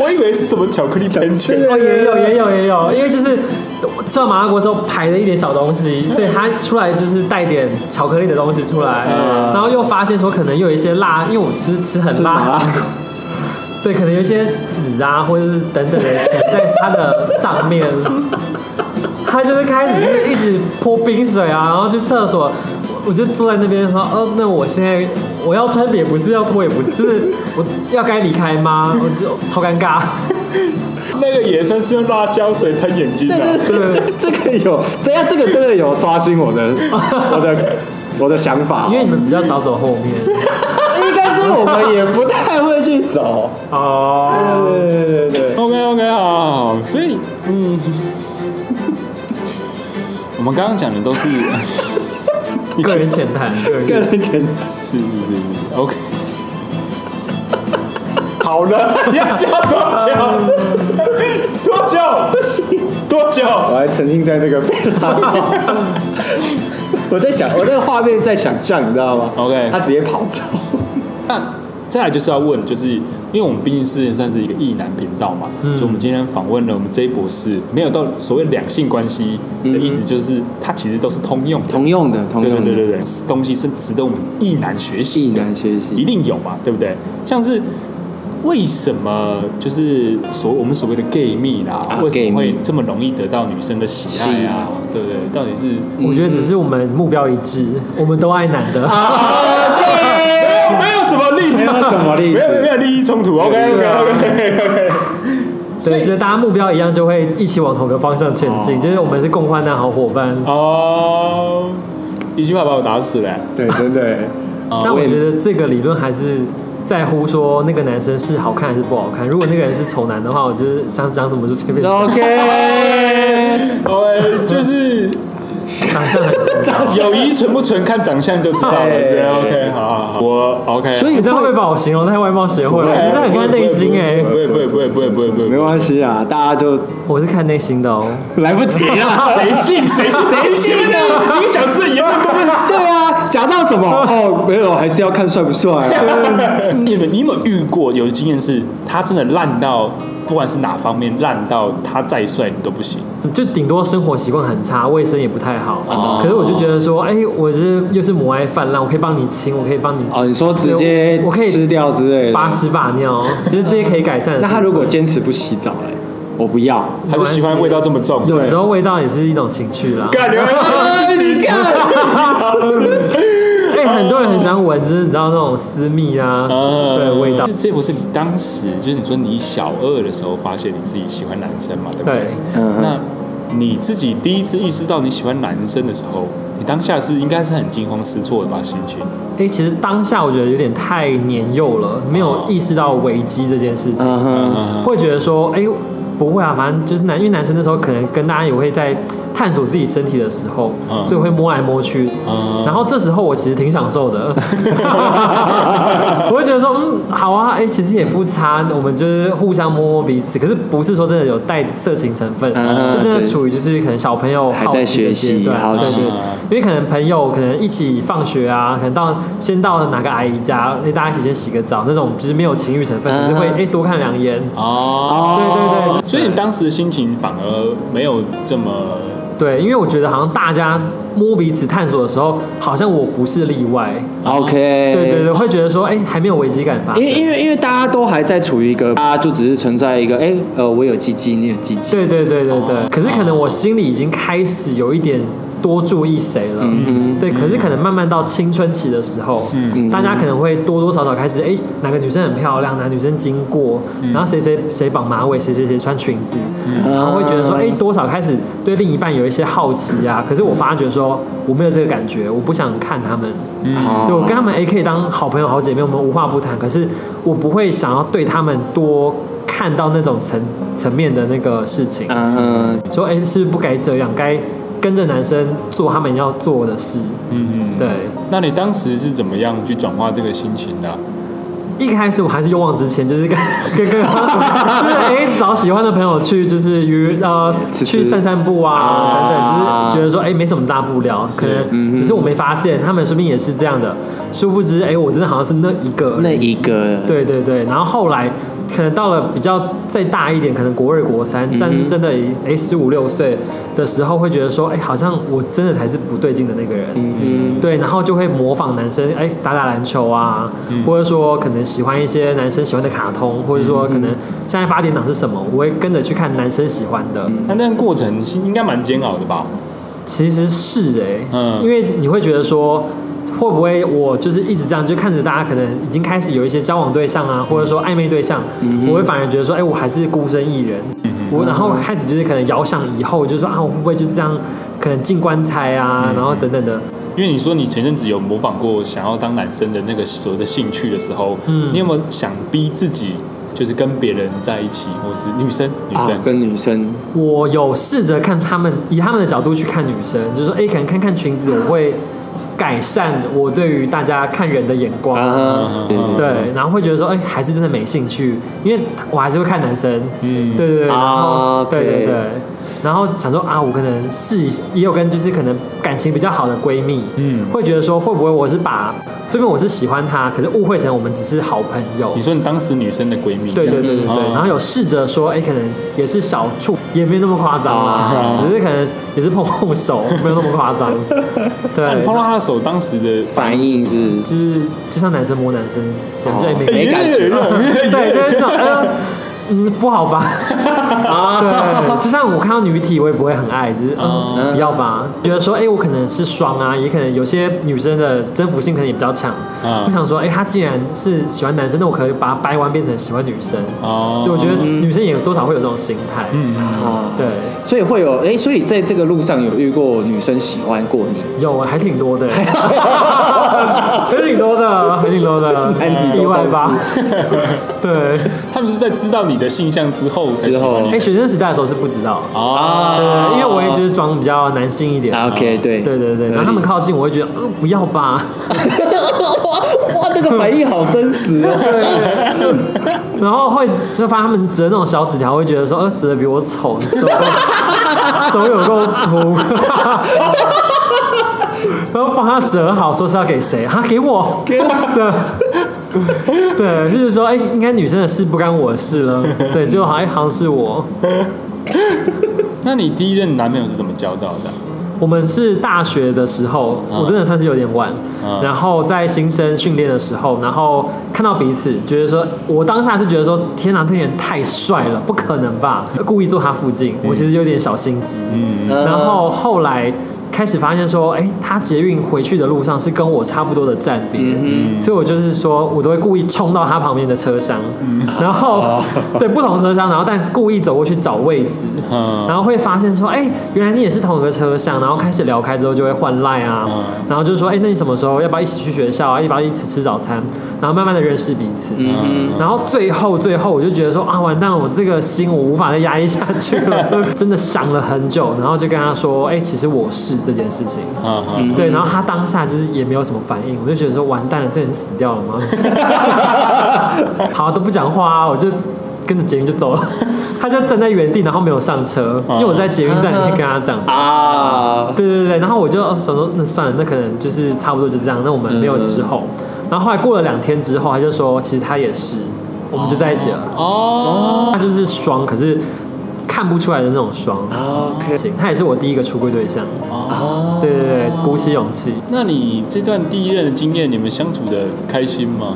Speaker 1: 我以为是什么巧克力喷泉，
Speaker 3: 哦，也有也有也有，因为就是吃完麻辣锅之后排了一点小东西，所以它出来就是带点巧克力的东西出来，然后又发现说可能又有一些辣，因为我就是嗯吃很
Speaker 2: 吃麻辣
Speaker 3: 辣
Speaker 2: 锅，
Speaker 3: [LAUGHS] 对，可能有一些籽啊或者是等等的甜在它的上面，他就是开始就是一直泼冰水啊，然后去厕所，我就坐在那边说，哦，那我现在我要穿也不是，要脱也不是，就是我要该离开吗？我就超尴尬。
Speaker 1: 那个也算是用辣椒水喷眼睛啊
Speaker 2: 对
Speaker 1: 的。
Speaker 2: 对对，这个有，等一下这个真的有刷新我的我的我的想法，
Speaker 3: [LAUGHS] 因为你们比较少走后面
Speaker 2: 应该是我们也不太会去走，
Speaker 3: 哦。
Speaker 2: 对对对对。
Speaker 1: OK OK，好，好所以嗯， [LAUGHS] 我们刚刚讲的都是 [LAUGHS]
Speaker 3: 个人浅谈，个人
Speaker 2: 个人简
Speaker 1: 是是是是 OK。好了，你要笑多久？多久？多
Speaker 2: 我
Speaker 1: 久？
Speaker 2: 还沉浸在那个被拉到，我在想，我那个画面在想象，你知道吗
Speaker 1: OK
Speaker 2: 他直接跑走，
Speaker 1: 那再来就是要问，就是因为我们毕竟是算是一个意男频道嘛，所以我们今天访问了我们 J 博士，没有到所谓两性关系的意思，就是它其实都是嗯通用的。
Speaker 2: 用的，同
Speaker 1: 对对对对对，哦东西是值得我们意男学习
Speaker 2: 意
Speaker 1: 的。
Speaker 2: 难学
Speaker 1: 一
Speaker 2: 习，
Speaker 1: 定有嘛，对不对？像是为什么就是所我们所谓的 gay 蜜啦，
Speaker 2: 啊
Speaker 1: 为什
Speaker 2: gay
Speaker 1: 么会
Speaker 2: 蜜
Speaker 1: 这么容易得到女生的喜爱
Speaker 2: 是
Speaker 1: 啊？对不对？到底是
Speaker 3: 我觉得只是我们目标一致，我们都爱男的。
Speaker 1: 没有什么利益，
Speaker 2: 啊没有什么例
Speaker 1: 没有没
Speaker 2: 子，
Speaker 1: 有利益冲突。OK OK OK OK。
Speaker 3: [LAUGHS] 对，就是大家目标一样，就会一起往同一个方向前进。就是我们是共患难好伙伴。
Speaker 1: 哦，一句话把我打死了欸。
Speaker 2: 对，真的耶，
Speaker 3: 但哦我觉得这个理论还是在乎说那个男生是好看还是不好看。如果那个人是丑男的话，我就是想讲什么就随便讲，
Speaker 2: OK，
Speaker 1: OK，就是
Speaker 2: [LAUGHS]
Speaker 3: 长相很 [LAUGHS] 重要。
Speaker 1: 友谊纯不纯，看长相就知道了。是
Speaker 2: 哎
Speaker 1: OK，好好好，我 OK。
Speaker 2: 所以
Speaker 3: 你这样会不会把我形容太外貌协会了？我其实很看内心哎，
Speaker 1: 不会不会不会不会不会不会，
Speaker 2: 没关系啊，大家就
Speaker 3: 我是看内心的哦。
Speaker 2: 来不及了，啊 [LAUGHS]
Speaker 1: 谁信谁信谁信呢？一个小时的言论都是
Speaker 2: 对啊，讲到什么？哦，没有，还是要看帅不帅啊。
Speaker 1: 你们你有没有遇过有的经验是，他真的烂到不管是哪方面烂到他再帅你都不行？
Speaker 3: 就顶多生活习惯很差，卫生也不太好。
Speaker 2: 哦
Speaker 3: 可是我就觉得说，哎、我这又是母爱泛滥，我可以帮你清，我可以帮你
Speaker 2: 哦，你说直接
Speaker 3: 我我可以
Speaker 2: 吃掉之类
Speaker 3: 把
Speaker 2: 的。
Speaker 3: 屎把
Speaker 2: [LAUGHS]
Speaker 3: 尿，就是这些可以改善的。
Speaker 2: 那他如果坚持不洗澡嘞，我不要。
Speaker 1: 他就喜欢味道这么重，
Speaker 3: 有时候味道也是一种情趣
Speaker 2: [LAUGHS]
Speaker 3: 啦。
Speaker 1: 干你们
Speaker 3: 哎、很多人很喜欢闻，就是你知道那种私密啊，
Speaker 1: 呃
Speaker 2: 哦
Speaker 3: 对味道。
Speaker 1: 这不是你当时就是你说你小二的时候发现你自己喜欢男生嘛，对不对？
Speaker 3: 对，
Speaker 2: 嗯，
Speaker 1: 那你自己第一次意识到你喜欢男生的时候，你当下是应该是很惊慌失措的吧？心情
Speaker 3: 哎、其实当下我觉得有点太年幼了，没有意识到危机这件事情。
Speaker 2: 嗯哼，
Speaker 3: 会觉得说，哎、不会啊，反正就是男，因为男生那时候可能跟大家也会在探索自己身体的时候，
Speaker 1: 嗯
Speaker 3: 所以会摸来摸去。
Speaker 1: 嗯
Speaker 3: 然后这时候我其实挺享受
Speaker 2: [LAUGHS]
Speaker 3: 的，我会觉得说，嗯，好啊，哎、其实也不差，我们就是互相摸摸彼此，可是不是说真的有带色情成分，
Speaker 2: 嗯
Speaker 3: 是真的
Speaker 2: 对
Speaker 3: 处于就是可能小朋友
Speaker 2: 还
Speaker 3: 好
Speaker 2: 在
Speaker 3: 奇
Speaker 2: 学
Speaker 3: 的
Speaker 2: 习
Speaker 3: 阶段
Speaker 2: 好
Speaker 3: 对
Speaker 2: 奇嗯
Speaker 3: 对对因为可能朋友可能一起放学啊，可能到先到哪个阿姨家，哎，大家一起先洗个澡，那种就是没有情欲成分，只是会
Speaker 2: 嗯
Speaker 3: 哎多看两眼，
Speaker 1: 哦，
Speaker 3: 对对对
Speaker 1: 所以你当时的心情反而没有这么
Speaker 3: 对，因为我觉得好像大家摸彼此探索的时候，好像我不是例外，
Speaker 2: ，OK。
Speaker 3: 对对对，会觉得说哎还没有危机感发生
Speaker 2: 因为，因为因为大家都还在处于一个，大家就只是存在一个，哎、呃，我有鸡鸡，你有鸡鸡，
Speaker 3: 对对对对
Speaker 2: 哦
Speaker 3: 对，可是可能我心里已经开始有一点。多注意谁了？
Speaker 2: 嗯
Speaker 3: 对，可是可能慢慢到青春期的时候，
Speaker 2: 嗯
Speaker 3: 大家可能会多多少少开始，哎，哪个女生很漂亮，哪个女生经过，
Speaker 2: 嗯
Speaker 3: 然后谁谁谁绑马尾，谁谁谁穿裙子，然后会觉得
Speaker 2: 啊
Speaker 3: 说，哎、多少开始对另一半有一些好奇啊。可是我发觉说，我没有这个感觉，我不想看他们。
Speaker 2: 哦
Speaker 3: 对我跟他们也可以当好朋友、好姐妹，我们无话不谈。可是我不会想要对他们多看到那种层层面的那个事情，
Speaker 2: 嗯，
Speaker 3: 说哎、是不是不该这样，该跟着男生做他们要做的事。
Speaker 1: 嗯嗯。
Speaker 3: 对，
Speaker 1: 那你当时是怎么样去转化这个心情的啊、
Speaker 3: 一开始我还是勇往直前，就是跟 [LAUGHS] 跟跟，就是哎、找喜欢的朋友去，就是约呃
Speaker 2: 吃
Speaker 3: 去
Speaker 2: 吃
Speaker 3: 散散步啊等等，就是觉得说哎、没什么大不了，可
Speaker 2: 嗯
Speaker 3: 能只是我没发现，他们说不定也是这样的。殊不知哎、我真的好像是那一个而已
Speaker 2: 那一个，
Speaker 3: 对对对，然后后来可能到了比较再大一点，可能国二国三，但是真的哎十五六岁的时候，会觉得说哎好像我真的才是不对劲的那个人，嗯对，然后就会模仿男生哎打打篮球啊，或者说可能喜欢一些男生喜欢的卡通，或者说可能现在八点档是什么，我会跟着去看男生喜欢的，
Speaker 1: 那那段过程是应该蛮煎熬的吧？
Speaker 3: 其实是哎、
Speaker 1: 嗯
Speaker 3: 因为你会觉得说，会不会我就是一直这样，就看着大家可能已经开始有一些交往对象啊，或者说暧昧对象，我会反而觉得说，哎、我还是孤身一人。我然后开始就是可能遥想以后，就说啊，我会不会就这样，可能进棺材啊，然后等等的。
Speaker 1: 因为你说你前阵子有模仿过想要当男生的那个所谓的兴趣的时候，
Speaker 3: 嗯
Speaker 1: 你有没有想逼自己就是跟别人在一起，或是女生女
Speaker 2: 啊
Speaker 1: 生？，
Speaker 2: 跟女生，
Speaker 3: 我有试着看他们以他们的角度去看女生，就是说，哎、可能看看裙子，我会改善我对于大家看人的眼光。
Speaker 2: 啊哈，对
Speaker 1: 嗯
Speaker 2: 对
Speaker 3: 对，然后会觉得说，哎、还是真的没兴趣，因为我还是会看男生，
Speaker 1: 嗯
Speaker 3: 嗯，对对对，然后、
Speaker 2: 啊
Speaker 3: 对对
Speaker 2: 对
Speaker 3: 对，然后想说啊，我可能试一下，也有跟就是可能感情比较好的闺蜜，
Speaker 1: 嗯
Speaker 3: 嗯，会觉得说会不会我是把，说明我是喜欢她，可是误会成我们只是好朋友
Speaker 1: 你，说你当时女生的闺蜜这
Speaker 3: 对
Speaker 1: 样，
Speaker 3: 对对对对，
Speaker 1: 嗯
Speaker 3: 然后有试着说，哎、可能也是小处，也没那么夸张
Speaker 1: 啊
Speaker 3: 啦，只是可能也是碰碰手，没有那么夸
Speaker 1: [LAUGHS]
Speaker 3: 张，
Speaker 1: 那你
Speaker 3: 对
Speaker 1: 碰，到她的手，当时的
Speaker 2: 反应是
Speaker 3: 就是就像男生摸男生，讲
Speaker 1: 哦
Speaker 3: 这也没
Speaker 2: 没感觉
Speaker 3: [LAUGHS]
Speaker 1: [LAUGHS]
Speaker 3: 对，就是那种，啊呃， [LAUGHS] 嗯，不好 [LAUGHS] 吧？对，就像我看到女体，我也不会很爱，只是嗯，不要吧。觉得说，哎、我可能是双啊，也可能有些女生的征服性可能也比较强。
Speaker 1: 嗯
Speaker 3: 我想说，哎、她既然是喜欢男生，那我可以把她掰弯变成喜欢女生。
Speaker 1: 哦，
Speaker 3: 对，我觉得女生也有多少会有这种心态。哦
Speaker 1: 嗯，
Speaker 2: 啊，
Speaker 3: 对，
Speaker 2: 所以会有，哎、所以在这个路上有遇过女生喜欢过你，
Speaker 3: 有还挺多的， [LAUGHS] 还挺多的，还挺多的
Speaker 2: 安，迪
Speaker 3: 意
Speaker 2: 都
Speaker 3: 外吧
Speaker 2: 到？
Speaker 3: [LAUGHS] 对，
Speaker 1: 他们是在知道你的性向之后才喜欢你
Speaker 3: 哎、学生时代的时候是不知道。
Speaker 1: 哦，
Speaker 3: 对，因为我也就是装比较男性一点。
Speaker 2: 啊，OK，对，
Speaker 3: 对对对，然后他们靠近我会觉得，呃，不要吧。 [LAUGHS]
Speaker 2: 哇，那个反应好真实
Speaker 3: [LAUGHS]
Speaker 2: 哦，
Speaker 3: 然后会就发现他们折那种小纸条，会觉得说，呃，折的比我丑，你手够手有够粗。 [LAUGHS] 然后帮他折好，说是要给谁，他给我，给我的。 [LAUGHS] 对，就是说，哎、应该女生的事不干我的事了。对，结果好像哎好像是我。
Speaker 1: 那你第一任男朋友是怎么交到的？
Speaker 3: 我们是大学的时候，我真的算是有点晚。
Speaker 1: 嗯
Speaker 3: 然后在新生训练的时候，然后看到彼此，觉得说，我当下是觉得说，天哪，这个人太帅了，不可能吧？故意坐他附近，我其实有点小心机。
Speaker 1: 嗯，
Speaker 2: 嗯
Speaker 3: 然后后来开始发现说，哎、他捷运回去的路上是跟我差不多的站别，
Speaker 1: 嗯
Speaker 3: 所以我就是说我都会故意冲到他旁边的车厢，
Speaker 1: 嗯
Speaker 3: 然后、
Speaker 1: [LAUGHS]
Speaker 3: 对不同车厢，然后但故意走过去找位置，
Speaker 1: 嗯
Speaker 3: 然后会发现说，哎、原来你也是同一个车厢，然后开始聊开之后就会换赖啊，
Speaker 1: 嗯
Speaker 3: 然后就说，哎、那你什么时候要不要一起去学校啊？要不要一起吃早餐？然后慢慢的认识彼此，
Speaker 2: 嗯
Speaker 3: 然后最后最后我就觉得说啊，完蛋了，我这个心我无法再压抑下去
Speaker 1: [LAUGHS]
Speaker 3: 了，真的想了很久，然后就跟他说，哎、其实我是这件事情。
Speaker 1: 啊哈，嗯
Speaker 3: 对，然后他当下就是也没有什么反应，我就觉得说完蛋了，这人死掉了吗？ [LAUGHS] 好，都不讲话、啊，我就跟着捷运就走了。 [LAUGHS] 他就站在原地，然后没有上车，因为我在捷运站里面跟他讲
Speaker 2: 哼啊，
Speaker 3: 对对对，然后我就哦想说，那算了，那可能就是差不多就这样，那我们没有之后。然后后来过了两天之后，他就说，其实他也是，我们就在一起了。哦，他就是双，可是看不出来的那种双。
Speaker 2: ，OK，
Speaker 3: 他也是我第一个出柜对象。
Speaker 1: 哦，
Speaker 3: 对对对，鼓起勇气。
Speaker 1: 那你这段第一任的经验，你们相处的开心吗？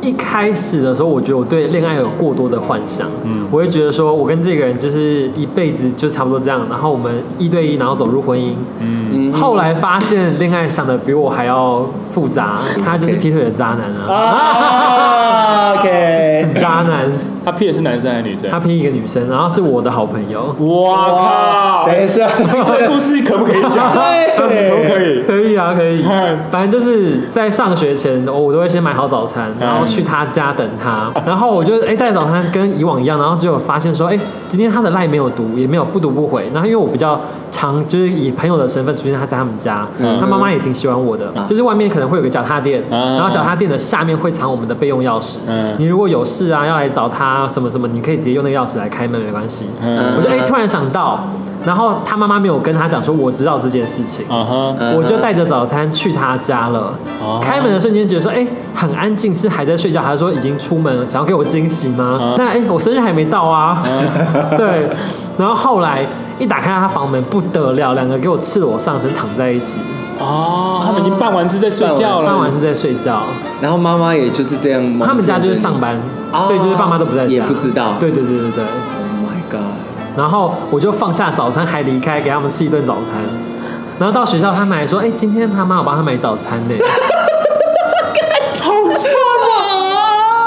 Speaker 3: 一开始的时候，我觉得我对恋爱有过多的幻想，嗯，我会觉得说我跟这个人就是一辈子就差不多这样，然后我们一对一，然后走入婚姻，嗯，后来发现恋爱想的比我还要复杂，他 [LAUGHS] 就是劈腿的渣男啊，
Speaker 2: 啊，OK，
Speaker 3: 渣男，
Speaker 1: 他劈的是男生还是女生
Speaker 3: 他？劈一个女生，然后是我的好朋友，
Speaker 1: 哇靠！
Speaker 2: 等一下，
Speaker 3: [LAUGHS]
Speaker 2: [LAUGHS]
Speaker 1: 这个故事可不可以讲？
Speaker 2: 对
Speaker 1: 可不可以？
Speaker 3: 可以啊，可以
Speaker 1: 嗯，
Speaker 3: 反正就是在上学前，我我都会先买好早餐，然后去他家等他，然后我就哎带早餐跟以往一样，然后就有发现说，哎，今天他的赖没有读，也没有不读不回，然后因为我比较常就是以朋友的身份出现他在他们家，他妈妈也挺喜欢我的，就是外面可能会有个脚踏垫，
Speaker 1: 嗯
Speaker 3: 然后脚踏垫的下面会藏我们的备用钥匙
Speaker 1: 嗯，
Speaker 3: 你如果有事啊要来找他什么什么，你可以直接用那个钥匙来开门，没关系。
Speaker 1: 嗯
Speaker 3: 我就哎突然想到。然后他妈妈没有跟他讲说我知道这件事情，
Speaker 1: 啊哈，
Speaker 2: 嗯哦
Speaker 3: 我就带着早餐去他家了。开门的瞬间觉得说，哎、很安静，是还在睡觉，还是说已经出门了，想要给我惊喜吗？
Speaker 2: 嗯
Speaker 3: 那哎、我生日还没到啊。 [LAUGHS] 对，然后后来一打开他房门，不得了，两个给我赤裸上身躺在一起，
Speaker 1: 哦，他们已经办完事在睡觉
Speaker 3: 上
Speaker 1: 了
Speaker 3: 完。是在睡觉，
Speaker 2: 然后妈妈也就是这样蒙骗着你，
Speaker 3: 他们家就是上班，
Speaker 2: 哦
Speaker 3: 所以就是爸妈都不在家，
Speaker 2: 也不知道
Speaker 3: 对对对对对。
Speaker 2: ，Oh my God，
Speaker 3: 然后我就放下早餐还离开，给他们吃一顿早餐。然后到学校，他们还说：“哎、今天他妈有帮他买早餐呢。” [LAUGHS]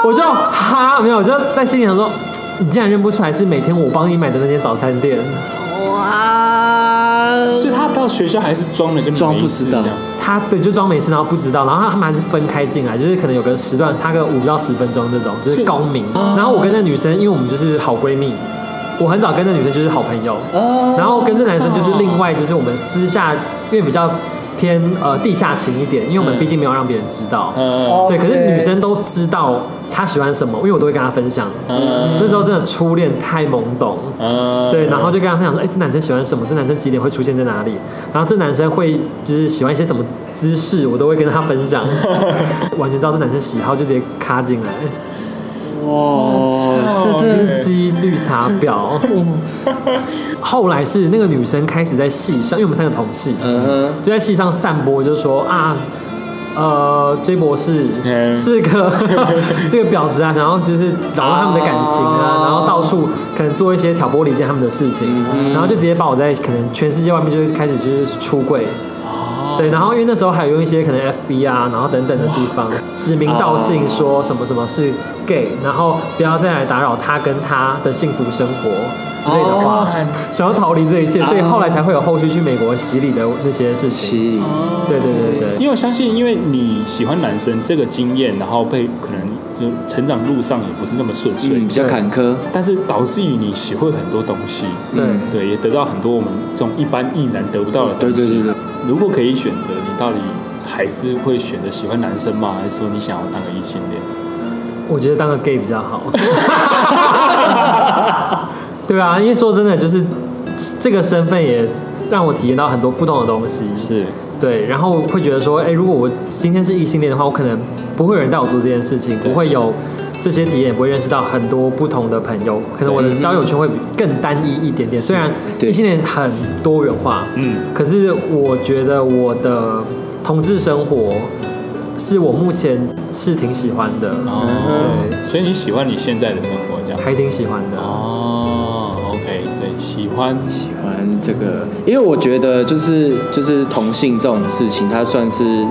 Speaker 3: 我就哈没有，我就在心里想说，你竟然认不出来是每天我帮你买的那些早餐店，
Speaker 2: 哇，
Speaker 1: 所以他到学校还是装的跟
Speaker 2: 装不
Speaker 1: 没事
Speaker 2: 知道
Speaker 1: 一样
Speaker 3: 他对就装没事，然后不知道，然后他们还是分开进来，就是可能有个时段差个五到十分钟这种，就是
Speaker 1: 是
Speaker 3: 高明。然后我跟那女生，因为我们就是好闺蜜，我很早跟那女生就是好朋友，
Speaker 1: 哦
Speaker 3: 然后跟这男生就是另外就是我们私下，因为比较偏呃地下情一点，因为我们毕竟没有让别人知道，
Speaker 1: 嗯
Speaker 3: 对，可是
Speaker 2: OK
Speaker 3: 女生都知道他喜欢什么，因为我都会跟他分享。
Speaker 1: 嗯
Speaker 3: 那时候真的初恋太懵懂，
Speaker 1: 嗯
Speaker 3: 对，然后就跟他分享说，哎、这男生喜欢什么？这男生几点会出现在哪里？然后这男生会就是喜欢一些什么姿势，我都会跟他分享，完全知道这男生喜好，就直接卡进来，
Speaker 2: 哇，这真
Speaker 3: 心机绿茶婊。
Speaker 2: 嗯
Speaker 3: 后来是那个女生开始在戏上，因为我们三个同戏，
Speaker 2: 嗯
Speaker 3: 就在戏上散播，就是说啊。呃，J 博士
Speaker 1: 嗯
Speaker 3: 是个 [LAUGHS] 是个婊子啊，想要就是扰乱他们的感情啊，
Speaker 2: 哦嗯
Speaker 3: 然后到处可能做一些挑拨离间他们的事情，然后就直接把我在可能全世界外面就是开始就是出柜，对，然后因为那时候还有用一些可能 FB 啊，然后等等的地方指名道姓说什么什么是 gay，然后不要再来打扰他跟他的幸福生活之类的话，想要逃离这一切，所以后来才会有后续去美国洗礼的那些事情。
Speaker 2: 七，
Speaker 3: 对对对对对，
Speaker 1: 因为我相信，因为你喜欢男生这个经验，然后被可能就成长路上也不是那么顺遂，
Speaker 2: 嗯，比较坎坷，
Speaker 1: 但是导致于你学会很多东西，
Speaker 3: 对
Speaker 1: 嗯对，也得到很多我们这种一般异男得不到的东西。
Speaker 2: 对对对对
Speaker 1: 如果可以选择，你到底还是会选择喜欢男生吗？还是说你想要当个异性恋？
Speaker 3: 我觉得当个 gay 比较好。对啊，因为说真的，就是这个身份也让我体验到很多不同的东西。
Speaker 1: 是，
Speaker 3: 对，然后会觉得说，哎，如果我今天是异性恋的话，我可能不会有人带我做这件事情，不会有这些体验，也不会认识到很多不同的朋友，可能我的交友圈会比更单一一点点。虽然
Speaker 2: 对
Speaker 3: 异性恋很多元化，
Speaker 1: 嗯，
Speaker 3: 可是我觉得我的同志生活是我目前是挺喜欢的，
Speaker 2: 嗯
Speaker 1: 哦，
Speaker 3: 对，
Speaker 1: 所以你喜欢你现在的生活这样？
Speaker 3: 还挺喜欢的。
Speaker 1: 哦，OK，对，喜欢
Speaker 2: 喜欢这个，因为我觉得就是就是同性这种事情，它算是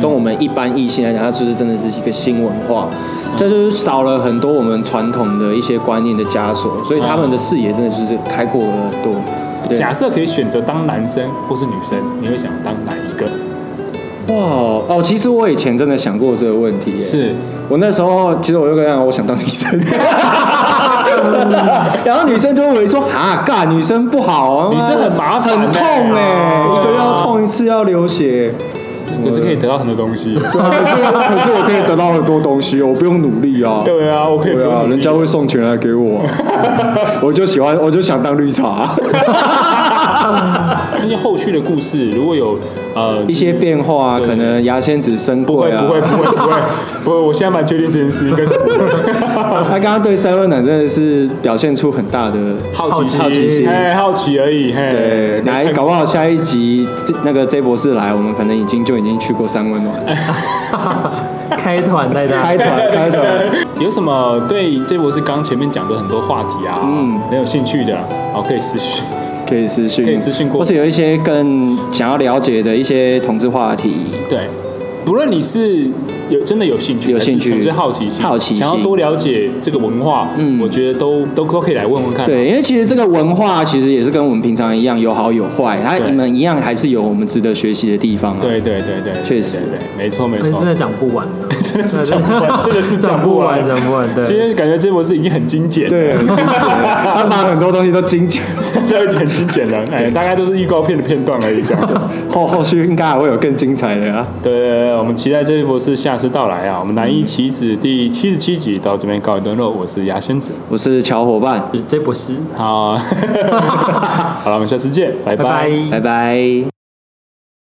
Speaker 2: 跟我们一般异性来讲，它就是真的是一个新文化，这就是少了很多我们传统的一些观念的枷锁，所以他们的视野真的就是开阔了很多。对
Speaker 1: 假设可以选择当男生或是女生，你会想当哪一个？
Speaker 2: 哇哦，其实我以前真的想过这个问题耶，
Speaker 1: 是
Speaker 2: 我那时候其实我就跟他讲，我想当女生， [LAUGHS] 然后女生就会说啊，干女生不好啊，
Speaker 1: 女生很麻烦
Speaker 2: 很
Speaker 1: 欸
Speaker 2: 痛哎、
Speaker 1: 对啊
Speaker 2: 一个月要痛一次，要流血。
Speaker 1: 可是可以得到很多东西。
Speaker 2: 对啊可是可是我可以得到很多东西，我不用努力啊。
Speaker 1: 对啊，我可以不
Speaker 2: 对啊，
Speaker 1: 用努
Speaker 2: 人
Speaker 1: 力
Speaker 2: 家会送钱来给
Speaker 1: [LAUGHS]
Speaker 2: 我啊，我就喜欢，我就想当绿茶。
Speaker 1: 那些后续的故事，如果有呃
Speaker 2: 一些变化啊，可能牙仙子升
Speaker 1: 不
Speaker 2: 贵
Speaker 1: 会
Speaker 2: 啊，
Speaker 1: 不会不会不会不会，我现在蛮确定这件事应该是不会。
Speaker 2: 他刚刚对三温暖真的是表现出很大的
Speaker 1: 好奇
Speaker 2: 好奇
Speaker 1: 心，
Speaker 2: 心。
Speaker 1: 哎，好奇而已，嘿 [LAUGHS]
Speaker 2: 对，，呃来，搞不好下一集这那个 J 博士来，我们可能已经就已经去过三温暖
Speaker 1: [LAUGHS]
Speaker 2: 了，
Speaker 3: [LAUGHS] 开团带大
Speaker 2: 开
Speaker 3: 家，
Speaker 2: [LAUGHS] 团开团。
Speaker 1: 有什么对这博士刚前面讲的很多话题啊，
Speaker 2: 嗯
Speaker 1: 很有兴趣的，哦，可以私讯。
Speaker 2: 可以私讯，
Speaker 1: 可以私讯过
Speaker 2: 或是有一些更想要了解的一些同志话题，
Speaker 1: 对，不论你是有真的有兴趣，
Speaker 2: 有兴趣
Speaker 1: 还是纯粹好奇心，
Speaker 2: 好奇心
Speaker 1: 想要多了解这个文化，
Speaker 2: 嗯
Speaker 1: 我觉得都都都可以来问问看。
Speaker 2: 对，因为其实这个文化其实也是跟我们平常一样，有好有坏，它
Speaker 1: 对
Speaker 2: 你们一样还是有我们值得学习的地方啊。，
Speaker 1: 对对对对，
Speaker 2: 确实
Speaker 1: 对，对对没错没
Speaker 3: 而且
Speaker 1: 错
Speaker 3: 真，的讲不完的，
Speaker 1: 哎 [LAUGHS] 真的是讲不完，真的是
Speaker 3: 讲
Speaker 1: 讲不完，
Speaker 3: 讲不完。对，
Speaker 1: 今天感觉这博士已经很精简，
Speaker 2: 对，很精简， [LAUGHS] 他把很多东西都精 [LAUGHS] 简，
Speaker 1: 对，很精简了，哎，大概都是预告片的片段而已，讲 [LAUGHS] 的。
Speaker 2: 后后续应该还会有更精彩的啊。
Speaker 1: 对对对，我们期待这位博士下次到来啊！我们南一棋子第七十七集到这边告一段落，我是牙仙子，
Speaker 2: 我是乔伙伴，
Speaker 3: 这不是，
Speaker 1: [LAUGHS] 好，好了，我们下次见，拜
Speaker 3: 拜拜。
Speaker 2: 拜拜。